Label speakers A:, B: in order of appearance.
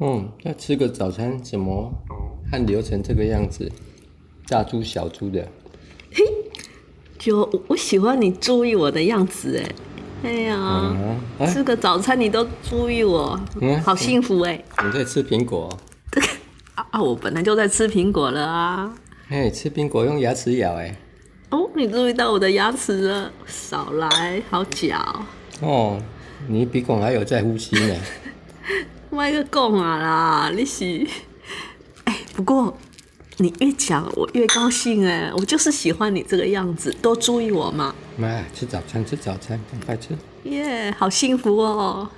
A: 嗯，那吃个早餐怎么汗流成这个样子？大猪小猪的，
B: 就我我喜欢你注意我的样子哎，哎呀，
A: 嗯，啊，
B: 吃个早餐你都注意我，
A: 嗯
B: 好幸福哎、
A: 你在吃苹果哦？
B: 啊啊！我本来就在吃苹果了啊。
A: 哎，吃苹果用牙齿咬哎。
B: 哦，你注意到我的牙齿了？少来，好嚼，
A: 哦，你鼻孔还有在呼吸呢。
B: 卖个贡啊啦！你是，哎，不过你越讲我越高兴哎，我就是喜欢你这个样子，多注意我嘛，
A: 妈，吃早餐，吃早餐，赶快吃。
B: 耶、好幸福哦！